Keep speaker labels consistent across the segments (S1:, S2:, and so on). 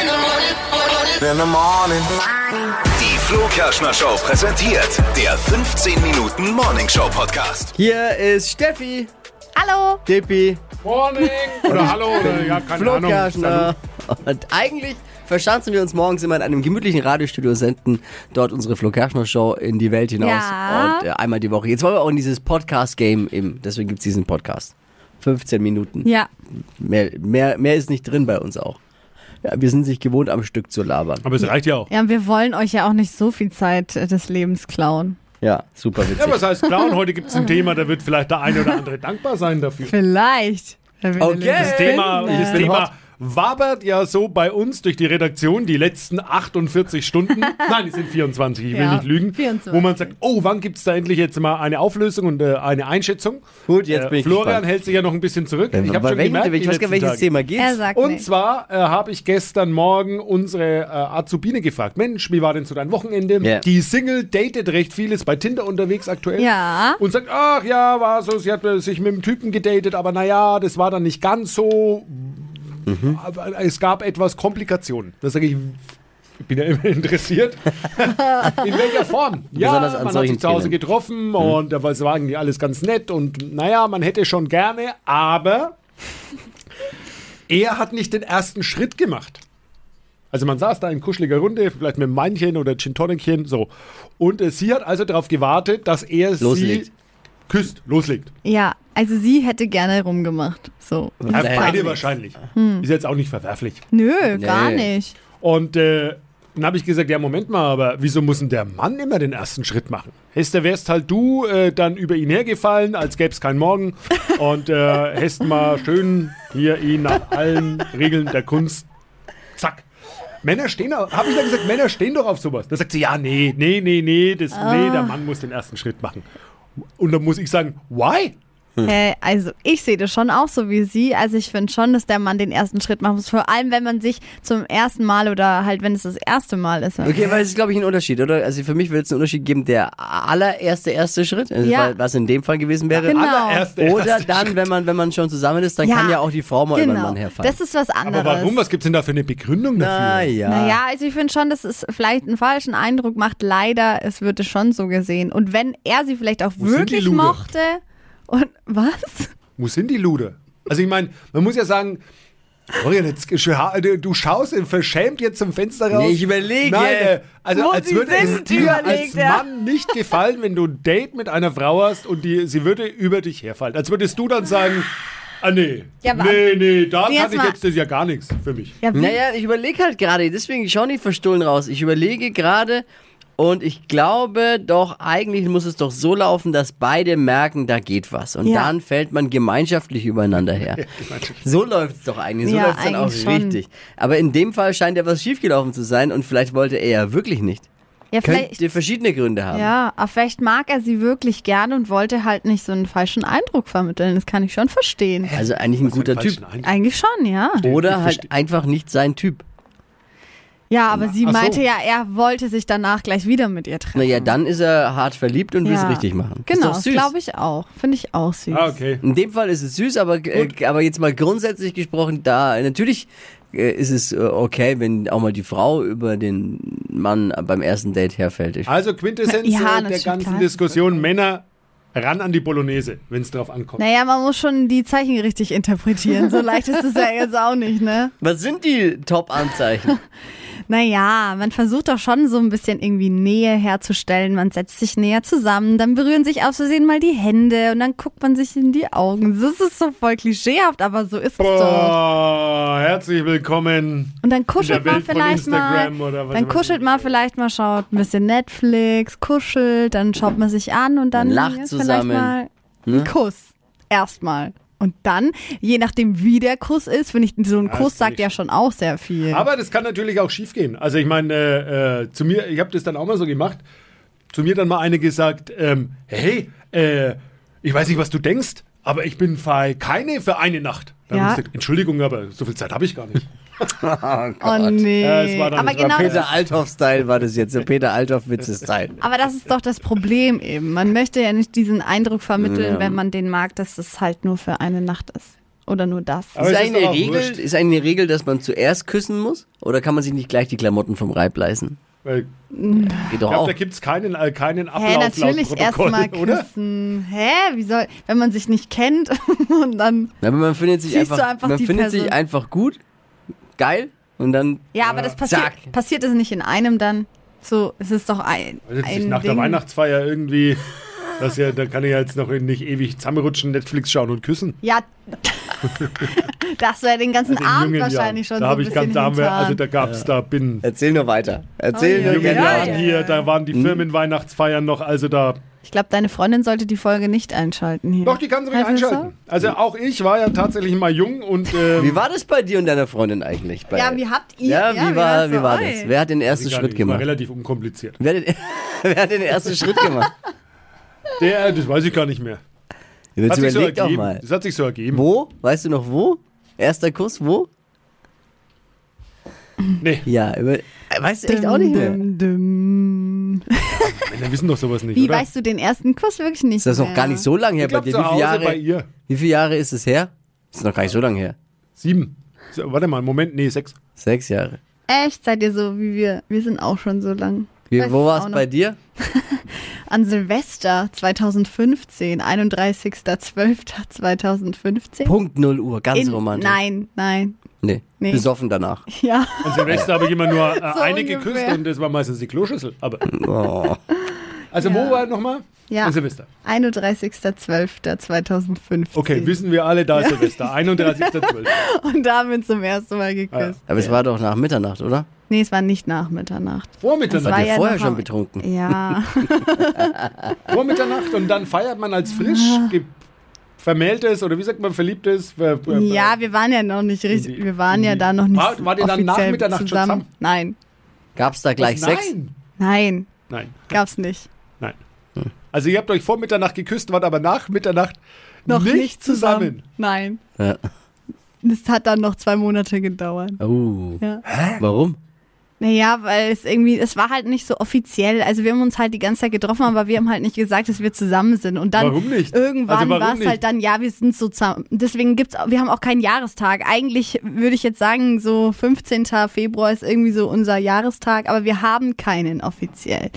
S1: In the morning.
S2: Die Flo Kerschner Show präsentiert der 15 Minuten Morning Show Podcast.
S3: Hier ist Steffi,
S4: Hallo.
S3: Dippi,
S5: Morning oder Hallo oder ich habe keine
S3: Flo
S5: Ahnung.
S3: Kerschner. Und eigentlich verschanzen wir uns morgens immer in einem gemütlichen Radiostudio, senden dort unsere Flo Kerschner Show in die Welt hinaus.
S4: Ja.
S3: Und äh, einmal die Woche. Jetzt wollen wir auch in dieses Podcast-Game eben. Deswegen gibt es diesen Podcast. 15 Minuten.
S4: Ja,
S3: Mehr, mehr, mehr ist nicht drin bei uns auch. Ja, wir sind sich gewohnt, am Stück zu labern.
S5: Aber es reicht ja auch.
S4: ja, wir wollen euch ja auch nicht so viel Zeit äh, des Lebens klauen.
S3: Ja, super witzig.
S5: Ja, was heißt Clown? Heute gibt es ein Thema, da wird vielleicht der eine oder andere dankbar sein dafür.
S4: Vielleicht. Da wird
S3: Okay.
S4: der Leben
S5: Das
S3: Ich
S5: Thema,
S4: finden.
S5: das
S3: bin
S5: Thema
S3: hot.
S5: wabert ja so bei uns durch die Redaktion die letzten 48 Stunden. Nein, es sind 24, ich will
S4: Ja,
S5: nicht lügen.
S4: 24.
S5: Wo man sagt, oh, wann gibt es da endlich jetzt mal eine Auflösung und äh, eine Einschätzung? Äh,
S3: Gut, jetzt bin ich
S5: Florian
S3: gespannt.
S5: hält sich ja noch ein bisschen zurück. Ich
S3: Bei
S5: habe schon
S3: welchem-
S5: gemerkt,
S3: ich
S5: die
S3: weiß gar nicht,
S5: letzten
S3: welches
S5: Tage.
S3: Thema geht's.
S4: Er sagt
S5: Und
S4: nicht.
S5: zwar äh, habe ich gestern Morgen unsere äh, Azubine gefragt, Mensch, wie war denn so dein Wochenende?
S3: Ja.
S5: Die Single datet recht viel, ist bei Tinder unterwegs aktuell.
S4: Ja.
S5: Und sagt, ach ja, war so, sie hat äh, sich mit dem Typen gedatet, aber naja, das war dann nicht ganz so.
S3: Mhm.
S5: Aber es gab etwas Komplikationen. Das sage ich, ich bin ja immer interessiert. In welcher Form? Ja,
S3: Besonders an
S5: man hat
S3: solchen
S5: sich zu Hause
S3: Themen. Mhm.
S5: getroffen und da war es war irgendwie alles ganz nett und naja, man hätte schon gerne, aber er hat nicht den ersten Schritt gemacht. Also man saß da in kuscheliger Runde, vielleicht mit einem Weinchen oder Gin Tonicchen, so. Und äh, sie hat also darauf gewartet, dass er
S3: Loslegt.
S5: sie küsst, loslegt.
S4: Ja, also sie hätte gerne rumgemacht. So.
S5: Ja,
S3: Naja.
S5: Äh, beide wahrscheinlich. Ist jetzt auch nicht verwerflich.
S4: Nö, gar
S3: Nee.
S4: nicht.
S5: Und äh, dann habe ich gesagt, ja, Moment mal, aber wieso muss denn der Mann immer den ersten Schritt machen? Hester, wärst halt du äh, dann über ihn hergefallen, als gäbe es keinen Morgen. Und äh, hättest mal schön hier ihn nach allen Regeln der Kunst. Zack. Männer stehen, habe ich dann gesagt, Männer stehen doch auf sowas. Da sagt sie, ja, nee, nee, nee, nee, das, nee, der Mann muss den ersten Schritt machen. Und dann muss ich sagen, why?
S3: Hm.
S4: Äh, also ich sehe das schon auch so wie sie. Also ich finde schon, dass der Mann den ersten Schritt machen muss. Vor allem, wenn man sich zum ersten Mal oder halt, wenn es das erste Mal ist.
S3: Okay, weil es ist, glaube ich, ein Unterschied, oder? Also für mich würde es einen Unterschied geben, der allererste erste Schritt, also
S4: Ja.
S3: weil- was in dem Fall gewesen wäre.
S4: Genau.
S5: Allererste,
S3: Oder
S5: erste
S3: dann, wenn man, wenn man schon zusammen ist, dann
S4: Ja,
S3: kann ja auch die Frau mal über den
S4: genau.
S3: Mann herfallen. Ah,
S4: Das ist was anderes.
S5: Aber warum? Was gibt es denn da für eine Begründung dafür?
S3: naja.
S4: Naja, also ich finde schon, dass es vielleicht einen falschen Eindruck macht. Leider, es wird es schon so gesehen. Und wenn er sie vielleicht auch
S5: Wo sind die
S4: wirklich
S5: Luder?
S4: mochte und was?
S5: Wo sind die Lude? Also ich meine, man muss ja sagen, Florian, jetzt, scha- du du schaust verschämt jetzt zum Fenster raus.
S3: Nee, ich überlege.
S5: Nein, äh, also
S4: Wo
S5: als
S4: sie
S5: würde es
S4: sind,
S5: dir als
S4: überlegt er.
S5: Mann nicht gefallen, wenn du ein Date mit einer Frau hast und die, sie würde über dich herfallen. Als würdest du dann sagen, ah nee,
S4: Ja, aber-
S5: nee, nee, da
S4: Nee,
S5: kann
S4: jetzt
S5: ich
S4: mal-
S5: jetzt, das ist ja gar nichts für mich.
S4: Ja, wie?
S3: Naja, ich überlege halt gerade, deswegen ich schaue nicht verstohlen raus. Ich überlege gerade und ich glaube doch, eigentlich muss es doch so laufen, dass beide merken, da geht was. Und
S4: Ja.
S3: dann fällt man gemeinschaftlich übereinander her. so läuft es doch eigentlich, so
S4: Ja,
S3: läuft es dann auch
S4: eigentlich schon.
S3: richtig. Aber in dem Fall scheint ja was schiefgelaufen zu sein und vielleicht wollte er ja wirklich nicht.
S4: ja vielleicht.
S3: Könnte verschiedene Gründe haben.
S4: Ja, aber vielleicht mag er sie wirklich gern und wollte halt nicht so einen falschen Eindruck vermitteln. Das kann ich schon verstehen.
S3: Also eigentlich ein guter Typ.
S4: Eigentlich schon, ja.
S3: Oder
S5: Ich
S3: halt
S5: verstehe.
S3: einfach nicht sein Typ.
S4: Ja, aber sie
S5: Ach so.
S4: meinte ja, er wollte sich danach gleich wieder mit ihr treffen.
S3: Naja, dann ist er hart verliebt und will es
S4: Ja.
S3: richtig machen. Ist
S4: Genau,
S3: doch
S4: das
S3: süß.
S4: glaube ich auch. Finde ich auch süß.
S5: Ah, okay.
S3: In dem Fall ist es süß, aber, äh, aber jetzt mal grundsätzlich gesprochen, da natürlich äh, ist es äh, okay, wenn auch mal die Frau über den Mann beim ersten Date herfällt. Ich,
S5: Also Quintessenz
S4: Ja,
S5: äh, der
S4: natürlich,
S5: ganzen
S4: klar.
S5: Diskussion, Männer ran an die Bolognese, wenn es drauf ankommt.
S4: Naja, man muss schon die Zeichen richtig interpretieren. So leicht ist es ja jetzt auch nicht, ne?
S3: was sind die Top-Anzeichen?
S4: Naja, man versucht doch schon so ein bisschen irgendwie Nähe herzustellen. Man setzt sich näher zusammen, dann berühren sich aus Versehen mal die Hände und dann guckt man sich in die Augen. Das ist so voll klischeehaft, aber so ist es doch.
S5: Boah, herzlich willkommen.
S4: Und dann kuschelt
S5: In der
S4: man
S5: Welt von
S4: vielleicht mal.
S5: Instagram oder was
S4: Dann
S5: immer
S4: kuschelt
S5: das
S4: man vielleicht mal, schaut ein bisschen Netflix, kuschelt, dann schaut man sich an und dann
S3: Man lacht
S4: ist
S3: zusammen. Ne?
S4: vielleicht mal ein Kuss. Erstmal. Und dann, je nachdem wie der Kuss ist, finde ich, so ein
S5: das
S4: Kuss
S5: finde
S4: sagt
S5: ich
S4: ja schon auch sehr viel.
S5: Ah, Aber das kann natürlich auch schief gehen. Also ich meine, äh, äh, zu mir, ich habe das dann auch mal so gemacht, zu mir dann mal eine gesagt, ähm, hey, äh, ich weiß nicht, was du denkst, aber ich bin bei keine für eine Nacht. Dann
S4: Ja.
S5: hab ich gesagt, Entschuldigung, aber so viel Zeit habe ich gar nicht.
S4: oh nee.
S5: Ja, es war dann-
S4: aber
S5: es war
S4: genau das
S3: Peter Althoff-Style war das jetzt, der Peter Althoff-Witze-Style.
S4: Aber das ist doch das Problem eben. Man möchte ja nicht diesen Eindruck vermitteln,
S3: Ja.
S4: wenn man den mag, dass es halt nur für eine Nacht ist. Oder nur das?
S5: Aber
S3: ist,
S5: es ist
S3: eigentlich
S5: doch
S3: eine
S5: auch
S3: Regel,
S5: wurscht.
S3: ist eigentlich eine Regel, dass man zuerst küssen muss? Oder kann man sich nicht gleich die Klamotten vom Leib leisten?
S5: Weil
S3: Geht doch
S5: Ich glaube,
S3: auch.
S5: da gibt es keinen, äh, keinen Ablauf
S4: Hä, natürlich
S5: laut Protokoll,
S4: erstmal
S5: oder?
S4: küssen. Hä, wie soll, wenn man sich nicht kennt und dann.
S3: Na, aber man findet sich
S4: Siehst du
S3: einfach,
S4: einfach
S3: man
S4: die
S3: findet sich
S4: Person.
S3: einfach gut, geil und dann
S4: Ja, aber
S5: Äh,
S4: das passiert,
S3: Zack.
S4: passiert es nicht in einem dann. So, es ist doch ein.
S5: Also jetzt
S4: ein
S5: nicht nach der
S4: Ding.
S5: Weihnachtsfeier irgendwie, das ja, da kann ich ja jetzt noch nicht ewig zusammenrutschen, Netflix schauen und küssen.
S4: Ja. das wäre den ganzen
S5: In
S4: Abend
S5: jungen Jahren.
S4: wahrscheinlich schon
S5: Da
S4: so ein
S5: habe ich
S4: bisschen
S5: ganz, da haben wir, also
S4: hintan.
S5: da gab es da bin.
S3: erzähl nur weiter. Erzähl
S4: Oh, ja,
S3: nur
S5: Jungen
S4: ja,
S3: gerne.
S5: Jahren hier, da
S3: Hm?
S5: waren die Firmenweihnachtsfeiern noch, also da.
S4: Ich glaube, deine Freundin sollte die Folge nicht einschalten hier.
S5: Doch, die kannst du ruhig
S4: Heißt das so?
S5: einschalten. Also auch ich war ja tatsächlich mal jung und ähm,
S3: Wie war das bei dir und deiner Freundin eigentlich? Bei,
S4: Ja, wie habt ihr?
S3: ja, wie war,
S4: war's
S3: wie
S4: bei
S3: war
S4: euch?
S3: das? Wer hat den ersten
S5: Egal,
S3: Schritt
S5: das War
S3: gemacht?
S5: relativ unkompliziert.
S3: Wer hat, den, wer hat den ersten Schritt gemacht?
S5: Der, äh, das weiß ich gar nicht mehr.
S3: Jetzt
S5: Hat sich so
S3: überleg doch
S5: ergeben.
S3: mal.
S5: Das hat sich so ergeben.
S3: Wo? Weißt du noch wo? Erster Kuss, wo?
S5: Nee,
S3: Ja, über, äh, weißt du echt auch nicht mehr.
S4: Dum, dum.
S5: wir wissen doch sowas nicht,
S4: Wie
S5: oder?
S4: weißt du den ersten Kuss wirklich nicht?
S3: Ist das noch
S4: mehr?
S3: gar nicht so lange her
S5: ich
S3: bei
S5: glaub,
S3: dir?
S5: zu
S3: Wie
S5: Hause
S3: viele,
S5: bei
S3: Jahre,
S5: ihr.
S3: wie viele Jahre ist es her? Ist noch gar nicht so lange her.
S5: Sieben. So, warte mal, Moment, nee, sechs.
S3: Sechs Jahre.
S4: Echt, seid ihr so wie wir? Wir sind auch schon so lang.
S3: Wie,
S4: Weiß
S3: wo
S4: es
S3: war
S4: auch
S3: es
S4: noch.
S3: bei dir?
S4: An Silvester 2015, 31.12.2015.
S3: Punkt 0 Uhr, ganz
S4: In-
S3: romantisch.
S4: Nein, nein.
S3: Nee,
S4: Nee.
S3: besoffen danach.
S4: Ja.
S5: An Silvester habe ich immer nur äh, eine
S4: ungefähr.
S5: geküsst und das war meistens die Kloschüssel. Aber,
S3: Oh.
S5: also wo
S4: Ja.
S5: war nochmal?
S4: Ja.
S5: An Silvester.
S4: 31.12.2015.
S5: Okay, wissen wir alle, da ist Silvester. 31.12.
S4: Und da haben wir uns zum ersten Mal
S5: Ah.
S4: geküsst.
S3: Aber es war doch nach Mitternacht, oder?
S4: Nee, es war nicht nach Mitternacht.
S5: Vor
S4: Das war
S5: Mitternacht.
S3: ihr
S4: ja
S3: vorher
S4: noch
S3: schon
S4: am-
S3: betrunken?
S4: Ja.
S5: Vor Mitternacht und dann feiert man als frisch
S4: Ah.
S5: ge- vermähltes oder wie sagt man, verliebtes. ver- ver-
S4: ja, wir waren ja noch nicht richtig. Wir waren ja da noch nicht
S5: War- wart ihr dann nach
S4: offiziell
S5: Mitternacht schon
S4: zusammen.
S5: zusammen?
S4: Nein.
S3: Gab es da gleich
S5: Nein.
S3: Sex?
S4: Nein,
S5: Nein.
S4: gab's nicht.
S5: Nein. Also ihr habt euch vor Mitternacht geküsst, wart aber nach Mitternacht
S4: Noch
S5: nicht,
S4: nicht,
S5: zusammen.
S4: Nein.
S3: Ja.
S4: Das hat dann noch zwei Monate gedauert.
S3: Oh.
S4: Ja.
S3: Warum?
S4: Naja, weil es irgendwie, es war halt nicht so offiziell. Also wir haben uns halt die ganze Zeit getroffen, aber wir haben halt nicht gesagt, dass wir zusammen sind. Und dann
S5: Warum nicht? Also
S4: irgendwann
S5: warum
S4: war es
S5: nicht?
S4: halt dann, ja, wir sind so zusammen. Deswegen gibt's, auch- wir haben auch keinen Jahrestag. Eigentlich würde ich jetzt sagen, so 15. Februar ist irgendwie so unser Jahrestag, aber wir haben keinen offiziell.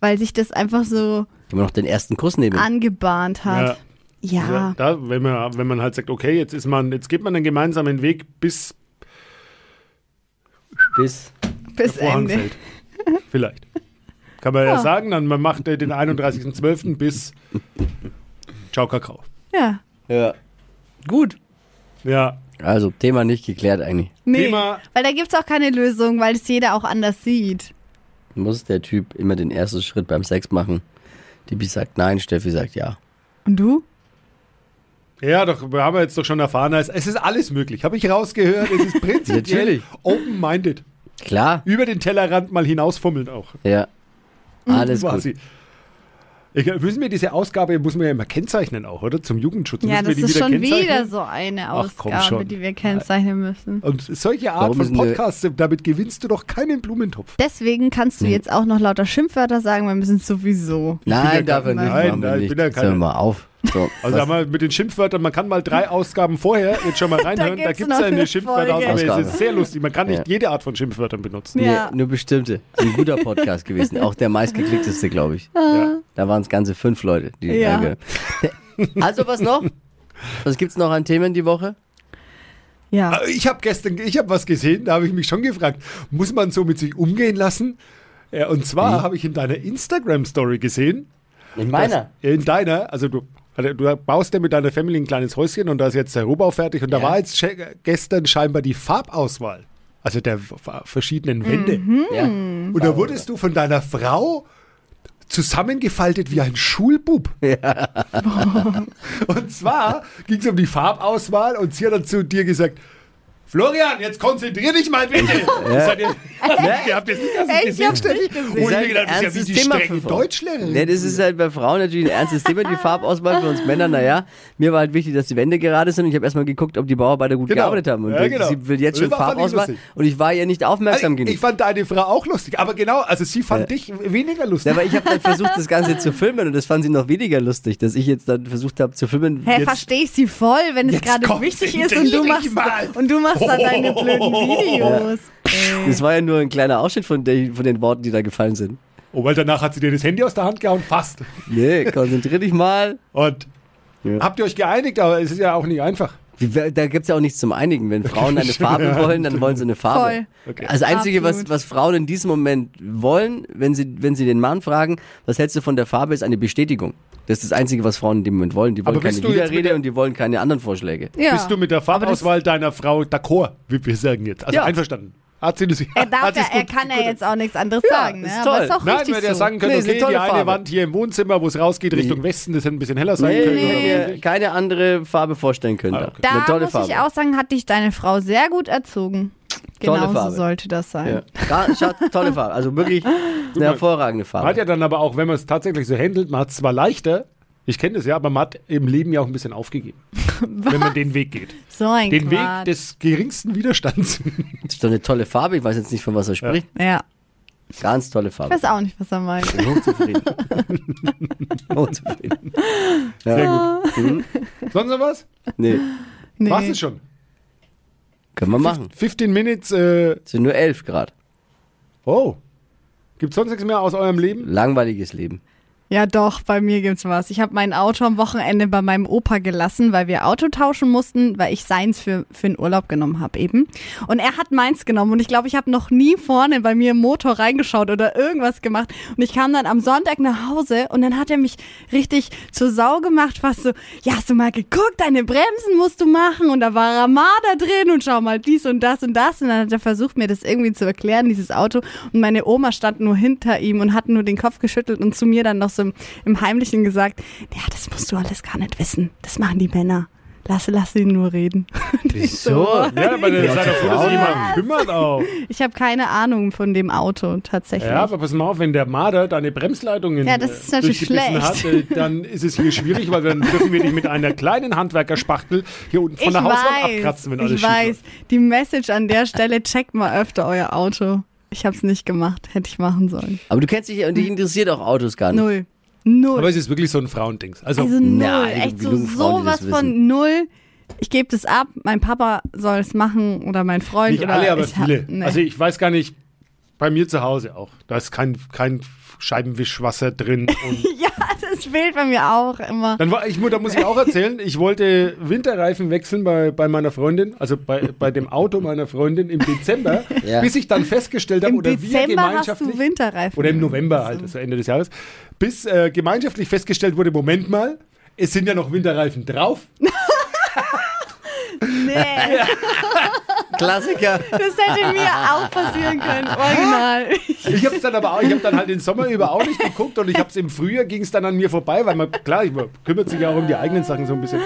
S4: Weil sich das einfach so
S3: Immer noch den ersten Kuss nehmen.
S5: Ah.
S4: angebahnt hat. Ja.
S5: Ja, da, wenn, man, wenn man halt sagt, okay, jetzt, ist man, jetzt geht man einen gemeinsamen Weg bis
S3: Bis.
S4: bis
S5: Vorhang
S4: Ende.
S5: fällt. Vielleicht. Kann man ja, sagen, dann man macht äh, den 31.12. bis Ciao Kakao.
S4: Ja.
S3: Ja. Gut.
S5: Ja,
S3: Also, Thema nicht geklärt eigentlich.
S4: Nee.
S5: Thema-
S4: Weil da gibt's auch keine Lösung, weil es jeder auch anders sieht.
S3: Muss der Typ immer den ersten Schritt beim Sex machen? Tibi sagt nein, Steffi sagt ja.
S4: Und du?
S5: ja, doch, wir haben jetzt doch schon erfahren, es es ist alles möglich. Habe ich rausgehört, es ist prinzipiell
S3: Natürlich.
S5: open-minded.
S3: Klar.
S5: Über den Tellerrand mal hinausfummeln auch.
S3: Ja.
S5: Hm.
S3: Alles gut.
S5: Quasi. Ich, müssen wir diese Ausgabe, muss man ja immer kennzeichnen auch, oder? Zum Jugendschutz.
S4: Ja,
S5: müssen wir
S4: das
S5: die
S4: ist
S5: wieder
S4: schon wieder
S5: kennzeichnen?
S4: so eine
S5: Ach, komm
S4: Ausgabe,
S5: schon.
S4: die wir kennzeichnen müssen.
S5: Und solche Art
S3: Warum
S5: von
S3: sind wir-
S5: Podcasts, damit gewinnst du doch keinen Blumentopf.
S4: Deswegen kannst
S5: Hm.
S4: du jetzt auch noch lauter Schimpfwörter sagen, weil wir sind sowieso.
S3: Nein,
S5: bin ja
S3: darf er
S5: kein-
S3: nicht.
S5: Nein,
S3: machen wir
S5: nein, ich
S3: nicht.
S5: bin ja
S3: Jetzt
S5: kein-
S3: hör mal auf. So, was-
S5: Also da mal mit den Schimpfwörtern, man kann mal drei Ausgaben vorher jetzt schon mal reinhören, da
S4: gibt's
S5: gibt es
S4: noch
S5: eine
S4: eine
S5: Schimpfwörterausgabe.
S3: Folge.
S5: Es ist sehr lustig, man kann nicht
S3: Ja.
S5: jede Art von Schimpfwörtern benutzen.
S3: nee,
S4: Ja.
S3: nur bestimmte. Ein guter Podcast gewesen. Auch der meistgeklickteste, glaube ich.
S5: Ja.
S3: Da waren es ganze fünf Leute, die die
S4: Ja.
S3: angehört. Also, was noch? Was gibt's noch an Themen die Woche?
S4: Ja.
S5: Aber Ah, Ich habe gestern, ich habe was gesehen, da habe ich mich schon gefragt, muss man so mit sich umgehen lassen? Ja, und zwar habe ich in deiner Instagram-Story gesehen,
S3: In
S5: Dass, in deiner, also du, also du baust ja mit deiner Family ein kleines Häuschen und da ist jetzt der Rohbau fertig und da
S3: Ja.
S5: war jetzt sche- gestern scheinbar die Farbauswahl, also der v- verschiedenen Wände.
S3: Ja.
S4: Hm.
S5: Und da wurdest du von deiner Frau zusammengefaltet wie ein Schulbub. Und zwar ging es um die Farbauswahl und sie hat dann zu dir gesagt, Florian, jetzt konzentrier dich mal bitte. Das hat ihr, ihr habt jetzt nicht das
S4: Ey, ich
S5: gesehen,
S4: hab's
S5: Steffi.
S4: nicht gesehen.
S5: Und
S3: Ist
S5: ich
S3: halt
S5: mir gedacht,
S3: ein
S5: das ist ja wie
S3: ernstes
S5: die
S3: Thema
S5: strenge
S3: für Frauen.
S5: Deutschlehrerin.
S3: Ne, das ist halt bei Frauen natürlich ein ernstes Thema, die Farbauswahl für uns Männer. Naja, mir war halt wichtig, dass die Wände gerade sind. Und ich habe erstmal geguckt, ob die Bauarbeiter gut
S5: Genau.
S3: gearbeitet haben. Und
S5: Ja, genau.
S3: sie will jetzt schon
S5: Das fand ich
S3: Farbauswahl.
S5: lustig.
S3: Und ich war ihr nicht aufmerksam
S5: Also, ich,
S3: genug.
S5: ich fand deine Frau auch lustig, aber genau, also sie fand dich weniger lustig.
S3: Ja, aber ich habe dann versucht, das Ganze zu filmen und das fand sie noch weniger lustig, dass ich jetzt dann versucht habe zu filmen.
S4: Hä,
S3: jetzt-
S4: verstehe ich sie voll, wenn es gerade
S5: kommt
S4: wichtig
S5: sie
S4: ist und du
S5: endlich
S4: machst,
S5: mal. Oh.
S4: und du machst da deine blöden Videos.
S3: das war ja nur ein kleiner Ausschnitt von, der, von den Worten, die da gefallen sind.
S5: Oh, weil danach hat sie dir das Handy aus der Hand gehauen, fast.
S3: Nee, konzentrier dich mal.
S5: Und
S3: Ja.
S5: habt ihr euch geeinigt, aber es ist ja auch nicht einfach.
S3: Wie, da gibt's ja auch nichts zum Einigen. Wenn Frauen eine Farbe wollen, dann wollen sie eine Farbe.
S4: Voll.
S5: Okay.
S3: Also das Einzige, was,
S4: Absolut.
S3: was Frauen in diesem Moment wollen, wenn sie, wenn sie den Mann fragen, was hältst du von der Farbe, ist eine Bestätigung. Das ist das Einzige, was Frauen in dem Moment wollen. Die wollen
S5: Aber
S3: keine
S5: bist du jetzt mit
S3: Widerrede
S5: der-
S3: und die wollen keine anderen Vorschläge.
S4: Ja.
S5: Bist du mit der Farbauswahl deiner Frau d'accord, wie wir sagen jetzt? Also
S3: Ja.
S5: einverstanden. Hat sie das
S4: Er darf
S5: hat
S4: ja,
S5: sie's
S4: er
S5: gut-
S4: kann ja
S5: gut-
S4: jetzt auch nichts anderes
S3: Ja,
S4: sagen. Ne?
S3: ist
S4: Aber
S3: toll.
S4: ist auch
S5: Nein,
S4: richtig
S5: man hätte ja
S4: so.
S5: sagen können,
S3: Nee, ist eine
S5: okay, die
S3: tolle
S5: eine
S3: Farbe.
S5: Wand hier im Wohnzimmer, wo es rausgeht, Richtung
S3: Nee.
S5: Westen, das hätte ein bisschen heller sein
S3: Hätten
S5: können.
S3: wir keine andere Farbe vorstellen können.
S5: Ah,
S3: da.
S5: okay.
S4: da
S3: Eine tolle
S4: muss
S3: Farbe.
S4: ich auch sagen, hat dich deine Frau sehr gut erzogen.
S3: Tolle
S4: Genauso
S3: Farbe.
S4: sollte das sein.
S3: Ja. Ga- schaut, tolle Farbe. Also wirklich eine hervorragende
S5: Man hat
S3: Farbe.
S5: ja dann aber auch, wenn man es tatsächlich so handelt, man hat es zwar leichter, ich kenne das ja, aber man hat im Leben ja auch ein bisschen aufgegeben, wenn man den Weg geht.
S4: So ein
S5: Den Weg
S4: Quatsch.
S5: des geringsten Widerstands.
S3: Das ist doch eine tolle Farbe. Ich weiß jetzt nicht, von was er spricht.
S4: ja.
S3: Ganz tolle
S4: Ich
S3: Farbe.
S4: weiß auch nicht, was er meint.
S3: Hochzufrieden. Hochzufrieden.
S5: Sehr gut. Sonst noch was?
S3: Nee,
S4: Mhm. Nee.
S5: War's es schon?
S3: können wir machen.
S5: 15 Minutes, äh,
S3: Es sind nur 11 Grad.
S5: oh. Gibt's sonst nichts mehr aus eurem Leben?
S3: Langweiliges Leben.
S4: Ja, doch, bei mir gibt's was. Ich habe mein Auto am Wochenende bei meinem Opa gelassen, weil wir Auto tauschen mussten, weil ich seins für, für den Urlaub genommen habe eben. Und er hat meins genommen und ich glaube, ich habe noch nie vorne bei mir im Motor reingeschaut oder irgendwas gemacht. Und ich kam dann am Sonntag nach Hause und dann hat er mich richtig zur Sau gemacht, fast so, ja, hast du mal geguckt, deine Bremsen musst du machen und da war Ramada drin und schau mal dies und das und das. Und dann hat er versucht, mir das irgendwie zu erklären, dieses Auto. Und meine Oma stand nur hinter ihm und hat nur den Kopf geschüttelt und zu mir dann noch so im, im Heimlichen gesagt, ja, das musst du alles gar nicht wissen. Das machen die Männer. Lass, lass ihn nur reden. Und ich so,
S5: Ja, aber dann sei doch froh, dass sich jemand kümmert auch.
S4: Ich habe keine Ahnung von dem Auto tatsächlich.
S5: Ja, aber pass mal auf, wenn der Marder deine Bremsleitungen
S4: Ja, das ist
S5: äh,
S4: natürlich
S5: durchgebissen hat, äh, dann ist es hier schwierig, weil dann dürfen wir dich mit einer kleinen Handwerkerspachtel hier unten von
S4: ich
S5: der Hauswand
S4: weiß,
S5: abkratzen, wenn alles
S4: ich
S5: schief läuft.
S4: weiß. Die Message an der Stelle, checkt mal öfter euer Auto. Ich habe es nicht gemacht, hätte ich machen sollen.
S3: Aber du kennst dich ja und dich interessiert auch Autos gar nicht.
S4: Null. Null.
S5: Aber es ist wirklich so ein Frauending. Also,
S4: also null.
S3: Nein,
S4: Echt so
S3: genug Frauen, die das
S4: sowas von null. Ich gebe das ab, mein Papa soll es machen oder mein Freund.
S5: nicht
S4: oder
S5: alle, aber
S4: ich hab-
S5: viele.
S4: nee.
S5: Also ich weiß gar nicht, bei mir zu Hause auch. Da ist kein, kein Scheibenwischwasser drin. Und
S4: ja, das fehlt bei mir auch immer.
S5: dann war ich, mu- da muss ich auch erzählen, ich wollte Winterreifen wechseln bei, bei meiner Freundin, also bei, bei dem Auto meiner Freundin im Dezember,
S3: Ja.
S5: bis ich dann festgestellt habe,
S4: Im
S5: oder wir
S4: Dezember hast
S5: gemeinschaftlich.
S4: du Winterreifen.
S5: Oder im November halt, also Ende des Jahres. Bis äh, gemeinschaftlich festgestellt wurde, Moment mal, es sind ja noch Winterreifen drauf.
S4: Nee,
S3: Klassiker.
S4: das hätte mir auch passieren können. Original.
S5: Ich habe dann aber auch, ich habe dann halt den Sommer über auch nicht geguckt und ich habe es im Frühjahr ging es dann an mir vorbei, weil man klar, ich, man kümmert sich ja auch um die eigenen Sachen so ein bisschen.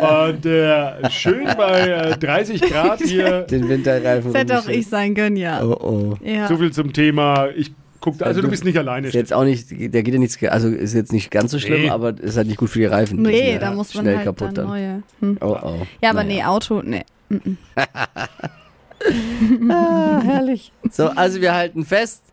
S5: Und äh, schön bei äh, 30 Grad hier.
S3: Den Winterreifen.
S4: Das hätte auch
S3: rumgeschickt.
S4: ich sein können, ja.
S3: Oh oh.
S4: ja.
S5: So viel zum Thema. Ich guck, also du bist nicht alleine.
S3: Ist jetzt auch nicht, der geht ja nichts, ge- also ist jetzt nicht ganz so schlimm,
S5: Nee.
S3: aber ist halt nicht gut für die Reifen. Die sind
S4: Nee,
S3: ja
S4: da muss man
S3: schnell
S4: halt
S3: kaputt
S4: dann
S3: dann.
S4: neue.
S3: Oh oh.
S4: Ja,
S3: Naja.
S4: aber nee, Auto, nee.
S3: So, also wir halten fest,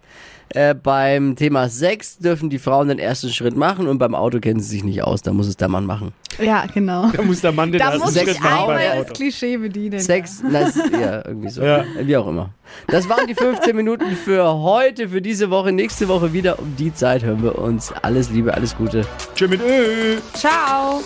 S3: äh, beim Thema Sex dürfen die Frauen den ersten Schritt machen und beim Auto kennen sie sich nicht aus, da muss es der Mann machen.
S4: Ja, genau.
S5: Da muss der Mann den
S4: Da
S5: ersten
S4: muss
S3: Sex
S4: ich
S5: Schritt machen
S3: bei
S4: einmal
S5: beim
S4: das
S5: Auto.
S4: Klischee bedienen.
S3: Sex, na, ist- ja, irgendwie so.
S5: Ja.
S3: Wie auch immer. Das waren die 15 Minuten für heute, für diese Woche. Nächste Woche wieder um die Zeit hören wir uns. Alles Liebe, alles Gute.
S5: Tschö mit Ö.
S4: Ciao.